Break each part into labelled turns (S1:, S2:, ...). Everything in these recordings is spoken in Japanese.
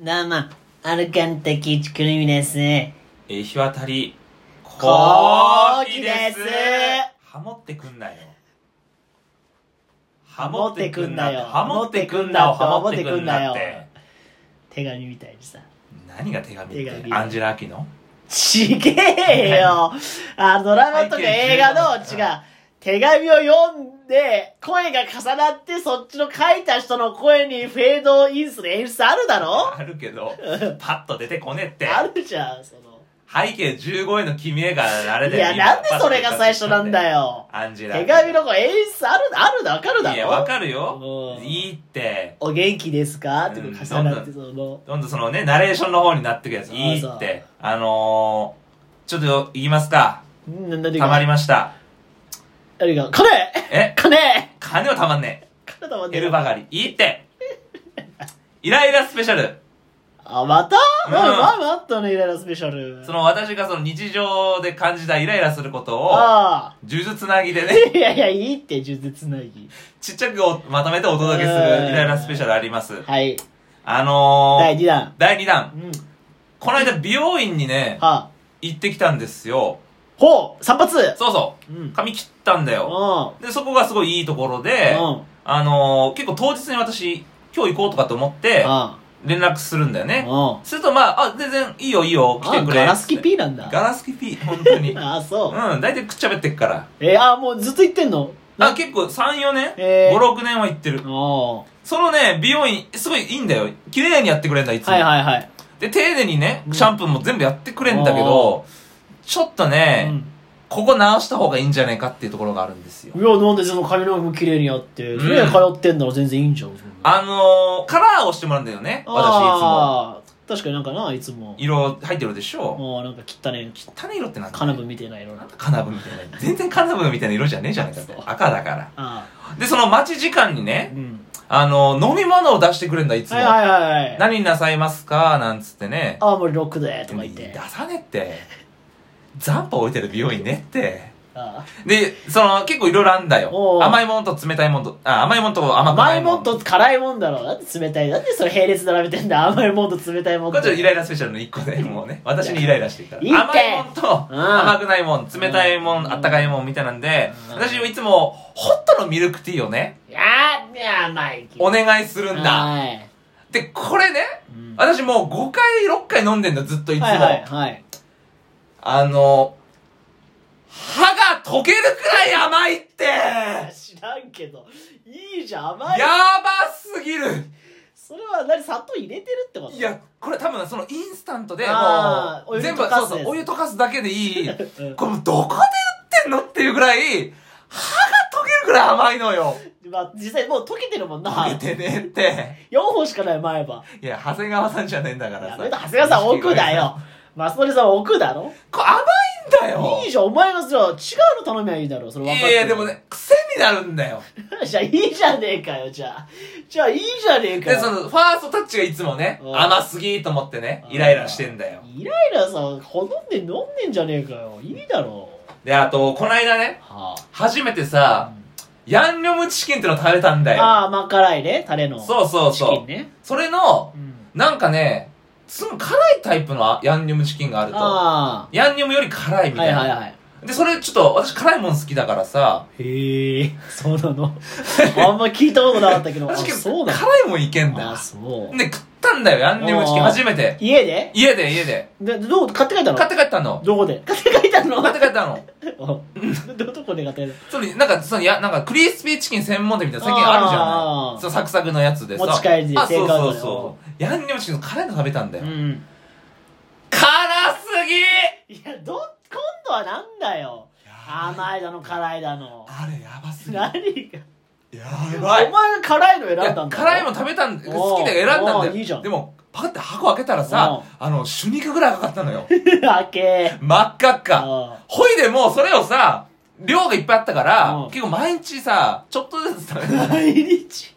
S1: どうも、アルカンタキイチくるみです。
S2: えー、日渡り、
S1: こうきです
S2: ハモってくんなよ。
S1: ハモってくんなよ
S2: ハモってくんなよ。ハモってくんなよ。
S1: ハモってくんなよ手紙みたいにさ。
S2: 何が手紙っ
S1: 手
S2: て
S1: 紙
S2: アンジェラ・アキの
S1: ちげえよあ、ドラマとか映画の、
S2: 背景
S1: 違
S2: 違う
S1: う、手紙を読んで、声が重なって、そっちの書いた人の声にフェードインする演出あるだろ
S2: あるけ ど、パッと出てこねえって。
S1: あるじゃん、その。
S2: 背景15位の君へがあれ
S1: い
S2: だよ。
S1: や、なんでそれが最初なんだ
S2: よ。
S1: よ。
S2: アンジェラ。
S1: 手紙の声演出ある、あるだ、わかるだろ
S2: いや、わかるよ
S1: う。ん
S2: いいって。
S1: お元気ですかって
S2: うん
S1: 重なって、その。
S2: どんどんそのね、ナレーションの方になってくやつ。
S1: そうそう
S2: いいって。あのー、ちょっと行きますか。
S1: うん、な何
S2: たまり
S1: が、
S2: ました。
S1: 何が、金
S2: え
S1: 金
S2: 金はたまんね
S1: 金だもん
S2: え。
S1: ね
S2: エルバガリ。いいって。イライラスペシャル。
S1: あ、また
S2: うん
S1: 前前もあったね、イライラスペシャル。
S2: その私がその日常で感じたイライラすることを、
S1: あ
S2: 呪術つなぎで
S1: あ。
S2: ね、
S1: いやいや、いいって、呪術つなぎ。
S2: ちっちゃくおまとめてお届けするイライラスペシャルあります。
S1: はい。
S2: あの
S1: 第
S2: ー、
S1: 2弾。
S2: 第2弾
S1: う。ん。
S2: この間美容院にね、
S1: はあ。
S2: 行ってきたんですよ。
S1: ほう散髪
S2: そうそうう。
S1: ん。
S2: 髪切ったんだよ。
S1: う
S2: で、そこがすごいいいところで、
S1: ん。うん。
S2: あのー、結構当日に私、今日行こうとかと思って、連絡するんだよね。
S1: うん。
S2: するとまあ、あ、全然いいよいいよ、来てくれ。
S1: あガラスキピーなんだ。
S2: ガラスキピ、本当に。うん、
S1: ああ、そう。
S2: 大体くっちゃべってっから。
S1: えー、あーもうずっと言ってんの
S2: あ、結構3、4年、
S1: えー
S2: ?5、6年は行ってる。
S1: 構。
S2: そのね、美容院、すごいいいんだよ。綺麗にやってくれんだ、いつも。
S1: はいはいはい。
S2: で、丁寧にね
S1: う、ん
S2: シャンプーも全部やってくれんだけど、ちょっとね、ここ直した方がいいんじゃないかっていうところがあるんですよ
S1: う。ん。いや、なんでその髪の毛も綺麗にやって、
S2: うん
S1: 綺麗に通ってんなら全然いいんじゃん。そんな、
S2: あのー、カラーをしてもらうんだよね、私いつも。
S1: あー確かになんかな、いつも。
S2: 色入ってるでしょ
S1: もうなんか汚ね、
S2: う。汚い色ってなんだ
S1: 金分みたいな色な
S2: なんだカナブみたいな。全然カナブみたいな色じゃねえじゃねえかって
S1: そう。
S2: 赤だから。
S1: あ
S2: で、その待ち時間に
S1: あ。
S2: ね、
S1: うん。
S2: あの、飲み物を出してくれんだ、いつも。
S1: はいはいはいはい。
S2: 何になさいますかなんつってね。
S1: ああ、もうロックでとか言っ
S2: 出
S1: て。
S2: さねって。残波置いてる美容院ねって。
S1: あ
S2: で、その、結構いろいろあんだよ
S1: おう。
S2: 甘いものと冷たいものと、あ、甘いものと
S1: あ
S2: 甘くな
S1: 甘い
S2: い
S1: も
S2: も
S1: ん
S2: の。
S1: と辛いもんだろう。なんで冷たい。なんでそれ並列並べてんだ。甘いもんと冷たいもん
S2: これちょっとイ
S1: ラ
S2: ライラスペシャルの一個で、もうね、私にイライラしてるから。
S1: いいって
S2: 甘いもんと、
S1: うん
S2: 甘くないもん、冷たいも
S1: うん
S2: ん、あったかいもんみたいなんで、
S1: うん
S2: 私はいつも、ホットのミルクティーをね、
S1: いやー、いや甘い。
S2: お願いするんだ。
S1: はい。
S2: で、これね、
S1: うんは
S2: 私もう5回、6回飲んでんだ、ずっとい
S1: い
S2: つも。
S1: はいはい。
S2: あの、歯が溶けるくらい甘いってや
S1: 知らんけど、いいじゃん、甘い。
S2: ばすぎる
S1: それは何、砂糖入れてるってこと
S2: い、や、これ多分そのインスタントで
S1: あー
S2: も
S1: お湯
S2: う、全部、
S1: 溶かす
S2: そ
S1: やつ
S2: うそう、お湯溶かすだけでいい。
S1: うん
S2: これもうどこで売ってんのっていうぐらい、歯が溶けるくらい甘いのよ。
S1: まあ、実際もう溶けてるもんな。
S2: 溶けてねって。
S1: 4本しかない前歯。
S2: いや、長谷川さんじゃねえんだから
S1: や
S2: さ。
S1: めろ、長谷川さん奥だ。よ。マストリさん奥だろ
S2: これ甘いんだよ。
S1: いいじゃん、お前がじゃあ違うの頼みゃいいだろ、それ分かって
S2: い
S1: る
S2: やいや、でも。ね、癖になるんだよ。
S1: じゃあいいじゃねえかよ、じゃあ。じゃあいいじゃねえか
S2: で、
S1: よ。
S2: その、ファーストタッチがいつもね、
S1: うん
S2: 甘すぎと思ってね、イライラしてんだよ。
S1: イライラさ、ほとんで飲んでんじゃねえかよ。いいだろ。
S2: で、あと、この間ね、
S1: は
S2: 初めてさ、ヤンニョムチキンっての食べたんだ
S1: あ。あ
S2: よ。
S1: あ、甘辛いね、タレの。
S2: そうそう
S1: チキ
S2: そ
S1: ン
S2: う。
S1: ね。
S2: それの、
S1: うん
S2: なんかね、すごい辛いタイプのヤンニョムチキンがあると。
S1: あ
S2: ヤンニョムより辛いみ
S1: あ。は
S2: た
S1: い
S2: いな。
S1: はいはい。
S2: で、それちょっと、私辛いもん好きだからさ、
S1: へえ、そうなの。あんま聞いたことなかった けど、あ、
S2: 私結
S1: そう
S2: 構
S1: な
S2: 辛いもんいけん
S1: の。あ、
S2: だ。
S1: そう。
S2: で、食ったんだよ、ヤンニョムチキン
S1: あー
S2: 初めて。
S1: 家で
S2: 家で、家で。
S1: で、どう、買って帰ったの
S2: 買って帰ったの。
S1: どこで買って帰ったの
S2: 買って帰ったの。
S1: うんど、どこで買って帰ったの
S2: それ、なんか、その、や、なんか、クリスピーチキン専門店みたいな最近あるじゃ
S1: あー
S2: ないそのサクサクのやつでさ。
S1: 持ち帰りで
S2: あ、そうそ
S1: テイクアウト
S2: う
S1: で
S2: そう。ヤンニョムチキンの辛いの食べたんだよ。
S1: うん。
S2: 辛すぎ
S1: いや、ど、今度はなんだよ。甘いだの、辛いだの。
S2: あれやばすぎる
S1: 何が。
S2: や
S1: お
S2: ば
S1: 前
S2: い
S1: が辛いの選ん
S2: いや
S1: だんだろ
S2: 辛いもん食べたん好きで選んだん
S1: お
S2: だ
S1: ー
S2: よ
S1: いいじゃん
S2: でもパカって箱開けたらさあの手肉ぐらいかかったのよ
S1: 開け
S2: 真っ赤っか
S1: あ
S2: ほいでもうそれをさ量がいっぱいあったか
S1: うん
S2: ら結構毎日さちょっとずつ食べた4
S1: 毎日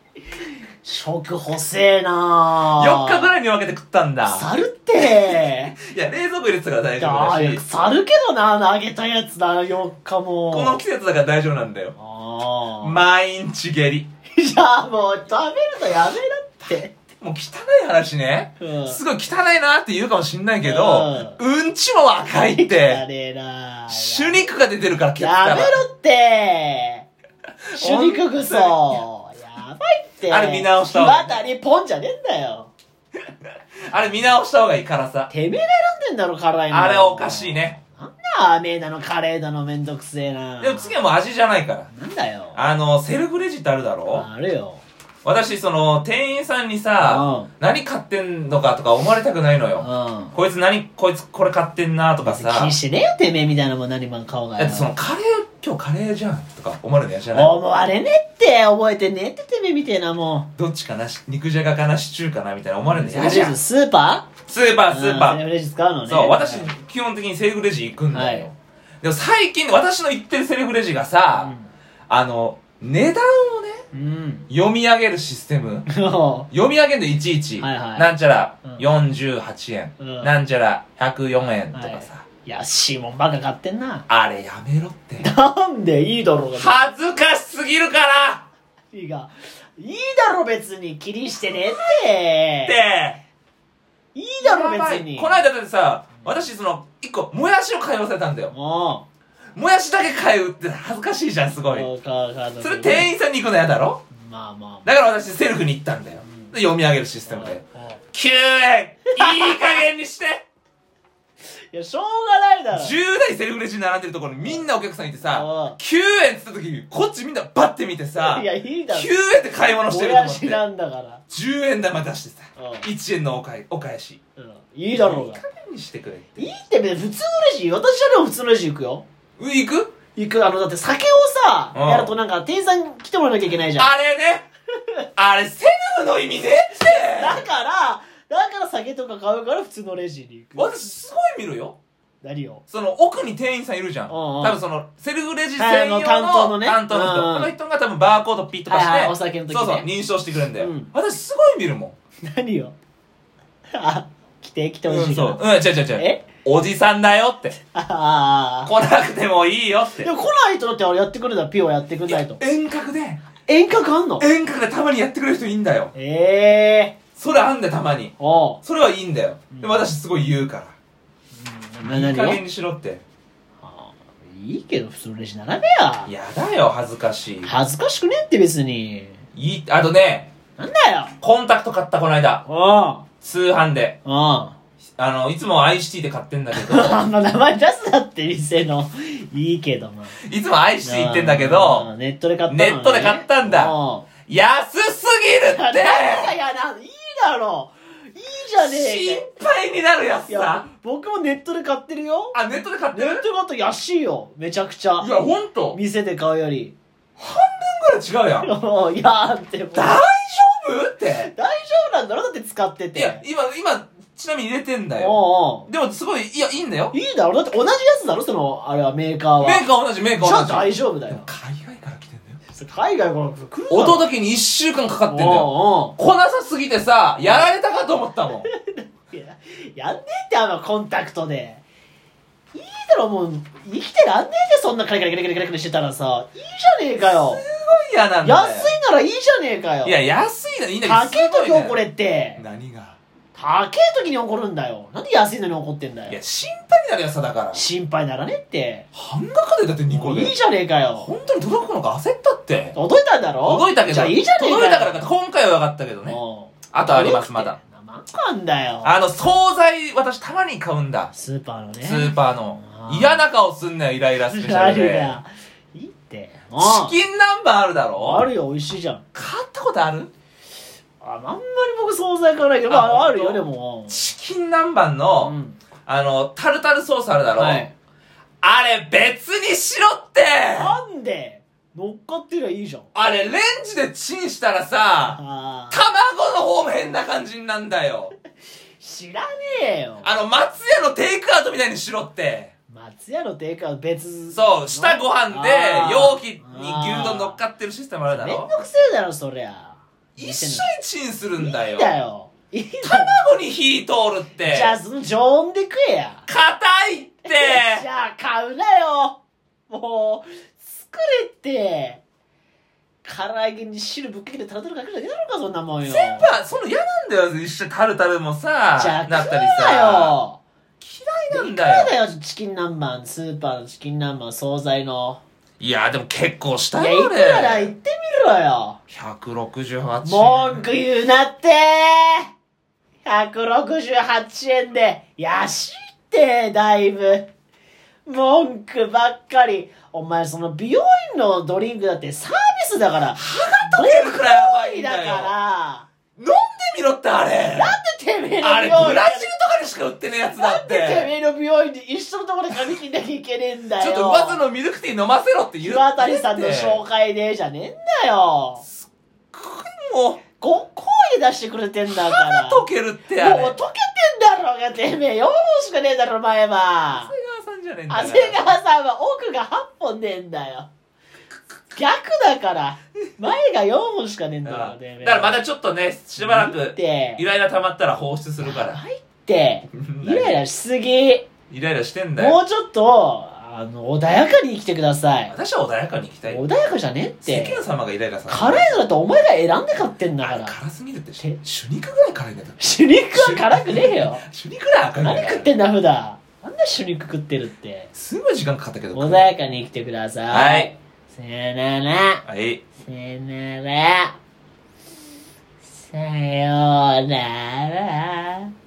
S1: 食補正な
S2: 日ぐらいに分けて食ったんだ
S1: 腐るって
S2: いや冷蔵庫入れてたから大丈
S1: あ
S2: 夫
S1: ー
S2: だし
S1: 腐るけどな揚げたやつだ4日も
S2: この季節だから大丈夫なんだよ
S1: あー、
S2: 毎日下痢
S1: じゃあもう食べるのやめなって
S2: もう汚い話ね。
S1: うん
S2: すごい汚いなって言うかもしんないけど、うんちも赤いっ
S1: や
S2: て、
S1: れえな
S2: 主肉が出てるから、ケツか
S1: や
S2: ら
S1: めろって主肉ぐそやばいって
S2: あれ見直した方が
S1: またにポンじゃねえんだよ
S2: あれ見直した方がいいからさ。
S1: てめえが選んでんだろ辛いの
S2: あれおかしいね。
S1: なんだアメなのカレーだのめんどくせえな
S2: でも次はもう味じゃないから。
S1: なんだよ
S2: あの、セルフレジってあるだろ
S1: あるよ
S2: 私、その、店員さんに
S1: う
S2: さ
S1: ん、
S2: 何買ってんのかとか思われたくないの
S1: う
S2: よ。
S1: ん
S2: こいつ何、こいつこれ買ってんなとか
S1: 別に気
S2: さ
S1: に。してねえよてめえみたいなもん何も顔が
S2: だ
S1: よ
S2: ってそのカレー、今日カレーじゃんとか思われるの嫌じゃない
S1: 思われねえって覚えてねえっててめえみたいなも
S2: どっちかなし肉じゃがかなシチューかなみたいな思われ
S1: ん
S2: るの嫌じゃん。
S1: スーパー
S2: スーパー、スーパ
S1: うんセルフ
S2: ー。
S1: レジ使うのね
S2: そう、私、基本的にセルフレジ行くんだ
S1: は
S2: よ
S1: い。
S2: でも最近、私の行ってるセルフレジがさ、あの、値段をね、
S1: うん
S2: 読み上げるシステム。
S1: そ
S2: 読み上げるのいちいち、
S1: はいはい
S2: なんちゃら
S1: うん
S2: 48円、
S1: うん
S2: なんちゃら104円とかさ、
S1: う安いもんばっか買ってんな
S2: あれやめろって。
S1: なんでいいだろうが
S2: 恥ずかしすぎるから
S1: いいがいいだろ別に気にしてねえ
S2: っ
S1: ってい
S2: て
S1: いだろ
S2: やば
S1: 別
S2: い
S1: に
S2: この間だってさ、私その、一個、もやしを買い忘れたんだよ。
S1: も
S2: もやしだけ買うって恥ずかしいじゃん、す
S1: う
S2: ごい。
S1: かか
S2: それ店員さんに行くの嫌だろ
S1: まあまあ
S2: だから私セルフに行ったんだよ。で読み上げるシステムで。
S1: うん
S2: 9円いい加減にして
S1: いやしょうがないだろ
S2: !10 台セルフレジに並んでるところにみんなお客さんいて
S1: うん
S2: さ、9円って言った時にこっちみんなバッて見てさ、
S1: いやいいだろ
S2: 9円で買い物して
S1: も
S2: ると
S1: や
S2: 思っ
S1: してなんだから
S2: 10円玉出してさ
S1: うん
S2: 1円のお返お返し
S1: うんいいだろう
S2: い
S1: が
S2: い加減にしてくれって
S1: いいって別に普通のレジ私はでも普通のレジ行くよ
S2: う行く
S1: 行くあのだって酒をさ
S2: うん
S1: やるとなんか店員さん来てもらわなきゃいけないじゃん
S2: あれねあれセルフの意味ねって
S1: だからだから酒とか買うから普通のレジに行く
S2: 私すごい見るよ
S1: 何を
S2: その奥に店員さんいるじゃん
S1: うんうん
S2: 多分そのセルフレジ専用
S1: はいあの担当の
S2: の
S1: ね
S2: 担当の
S1: うんう
S2: 人
S1: ん
S2: この人が多分バーコードピッとか
S1: はいはいお
S2: して
S1: 酒の時ね
S2: そうそう認証してくれるんだよ
S1: うん
S2: 私すごい見るもん
S1: 何をあ来て来て
S2: う
S1: ほし
S2: ん
S1: いか
S2: そ
S1: ら、
S2: ううん違う違う違う
S1: え
S2: おじさんだよって
S1: ああ
S2: 来なくてもいいよって
S1: でも来ないとだってあれやってくれたらピオやってくんないと
S2: 遠隔で
S1: 遠隔あんの
S2: 遠隔でたまにやってくれる人いいんだよ
S1: ええ
S2: それあんだよたまに
S1: ー、おう、
S2: それはいいんだよでも
S1: うん
S2: 私すごい言うから
S1: ない
S2: い
S1: 何
S2: 加
S1: を
S2: 減にしろって
S1: あーいいけど普通のレジ並べや
S2: やだよ恥ずかしい
S1: 恥ずかしくねって別に
S2: いいあとね
S1: なんだよ
S2: コンタクト買ったこの間
S1: おう
S2: 通販で
S1: おう
S2: あのいつもアイシティで買ってんだけど
S1: あんま名前出すなって店のいいけどない
S2: つもアイシティ行ってんだけ
S1: あー
S2: ど
S1: ネットで買ったの、
S2: ネットで買ったんだ
S1: おう
S2: 安すぎる
S1: あな
S2: っ
S1: んだ
S2: て
S1: やないいだろいいじゃね
S2: 心
S1: えか
S2: 配になるやつ
S1: い
S2: さ
S1: や僕もネットで買ってるよ
S2: あネットで買って
S1: ネ
S2: る
S1: ットで買ったら安いよめちゃくちゃ
S2: いやほんと半
S1: 店で買うより
S2: 分ぐらい違うや
S1: い
S2: ん
S1: やでも大丈
S2: 大丈夫って
S1: 夫なんだろだって使ってて
S2: いや今今ちなみに入れてんだよ
S1: おうお
S2: でもすごいいやいいんだよ
S1: ういいだろだって同じやつだろそのあれはメーカーは
S2: メーカー同じメーカー
S1: じゃあ
S2: 同じ
S1: 大丈夫だ
S2: でも
S1: よ
S2: 海外から来てんだよ
S1: 海外から来る
S2: お
S1: だ
S2: 届けに1週間かかってんだよ
S1: おうお
S2: 来なさすぎてさやられたかと思ったも
S1: う
S2: ん
S1: いややんねえってあのコンタクトでいいだろもう生きてらんねえでそんなカリカリカリカリカリカリしてたらさいいじゃねえかよ
S2: 嫌なんだよ
S1: 安いならいいじゃねえかよ
S2: いや安いのいいんだけど
S1: 高え
S2: すごい
S1: 時
S2: ね
S1: 怒れって
S2: 何が
S1: 高え時に怒るんだよなんで安いのに怒ってんだ
S2: いや
S1: よ
S2: 心配になるやつさだから
S1: 心配ならねえって
S2: 半額でだって2個で
S1: いいじゃねえかよ
S2: 本当に届くのか焦ったって
S1: 届いたんだろ
S2: 届いたけ
S1: じ
S2: ど
S1: ゃあいいじゃねえよ
S2: 届いたからか今回は分かったけどね
S1: もう
S2: あとありますまだ
S1: 何なんだよ
S2: あの惣菜私たまに買うんだ
S1: スーパーのね
S2: スーパーの
S1: あー
S2: 嫌な顔すんなよイライラスペシャ
S1: あ
S2: ル
S1: る
S2: で
S1: やいいって
S2: チキン南蛮あるだ
S1: うんあ
S2: ろ
S1: るよ美味しいじゃん
S2: 買ったことある
S1: ああんまり僕惣菜買わないけどまあ
S2: あ
S1: あるよ
S2: 本
S1: で
S2: 当
S1: も
S2: チキン南蛮の、
S1: うん
S2: あの、タルタルソースあるだろ、
S1: はい
S2: あれ別にしろって
S1: なんで乗っかってりゃいいじゃん
S2: あれレンジでチンしたらさ、
S1: あー
S2: 卵の方も変な感じになんだよ。
S1: 知らねえよ
S2: あの、松屋のテイクアウトみたいにしろって。
S1: 松屋の定価は別
S2: そう、下ご飯で
S1: あー
S2: 容器に牛丼乗っかってるシステムあるだ
S1: めんど
S2: ろ
S1: くせえだろそりゃ
S2: 一緒にチンするんだ
S1: いい
S2: よ。
S1: だよいいだろ
S2: 卵に火通るって
S1: じ。ゃあその常温で食えや
S2: 硬いって。
S1: じゃあ買うなよもう作れって唐揚げに汁ぶっかけてタルタルかけるだけだろうかそんなもんよ
S2: やっぱ、その嫌なんだよ。一緒にタルタルもさ、なったり
S1: だ
S2: さ。
S1: よ
S2: 嫌なん
S1: 嫌
S2: だ
S1: だ
S2: よ。
S1: よチキン南蛮スーパーのチキン南蛮惣菜の
S2: いや、でも結構し
S1: いや
S2: たよ、
S1: 行くなら
S2: 俺
S1: 行っ。てみろよ
S2: 168。
S1: 文句言うなって168円で安いってだいぶ文句ばっかりお前その美容院のドリンクだってサービスだから
S2: 取れるくらいやばいん
S1: だ
S2: だ
S1: か
S2: よ。
S1: ら
S2: 飲んでみろってあれ。
S1: なんでてめえの
S2: あ
S1: 美
S2: れ、
S1: 容
S2: ブ
S1: 院
S2: ラジルとかでしか売ってねえやつだ
S1: なん
S2: っ
S1: でて
S2: て。
S1: めえの美容院に一緒のところで髪切んなきゃいけねえんだ
S2: ちょ
S1: よ
S2: っとバズのミルクティー飲ませろって言って。
S1: 岩谷さんの紹
S2: 介。
S1: 介でじゃねえんだよ
S2: もう、
S1: ご声出してくれてんだから
S2: 溶けるってあれ。
S1: もう溶けてんだろうが、てめえ。4本しかねえだろ、前
S2: 長
S1: は。
S2: 谷川さんじゃねえんだから
S1: 長谷川さんは奥が8本ねえんだよ。逆だから。前が4本しかねえんだから、て
S2: う
S1: め
S2: ん
S1: え。
S2: だからまたちょっとね、しばら
S1: 見
S2: く、
S1: て
S2: イ。ライラ溜まったら放出するから。
S1: 入って。イライラしすぎ。
S2: イライラしてんだ
S1: もう
S2: よ。
S1: ちょっと、あの、穏やかに生きてください。
S2: 私は穏やかに行きたい。
S1: 穏やかじゃねえっ
S2: 世
S1: て
S2: 間。様がイライラさせ
S1: 辛いのだってお前が選んで買ってんだから。
S2: 辛すぎるって
S1: え
S2: 主肉ぐらい辛いんだよ
S1: 主肉は辛くねえよ。
S2: 主肉ぐらい赤いんだ
S1: 何
S2: よ
S1: 食ってんだ、普段。なんで主肉食ってるって。
S2: すごい時間かかったけど
S1: 穏やかに生きてください。
S2: はい。
S1: さよなら。
S2: はい
S1: さよなら。さよなら。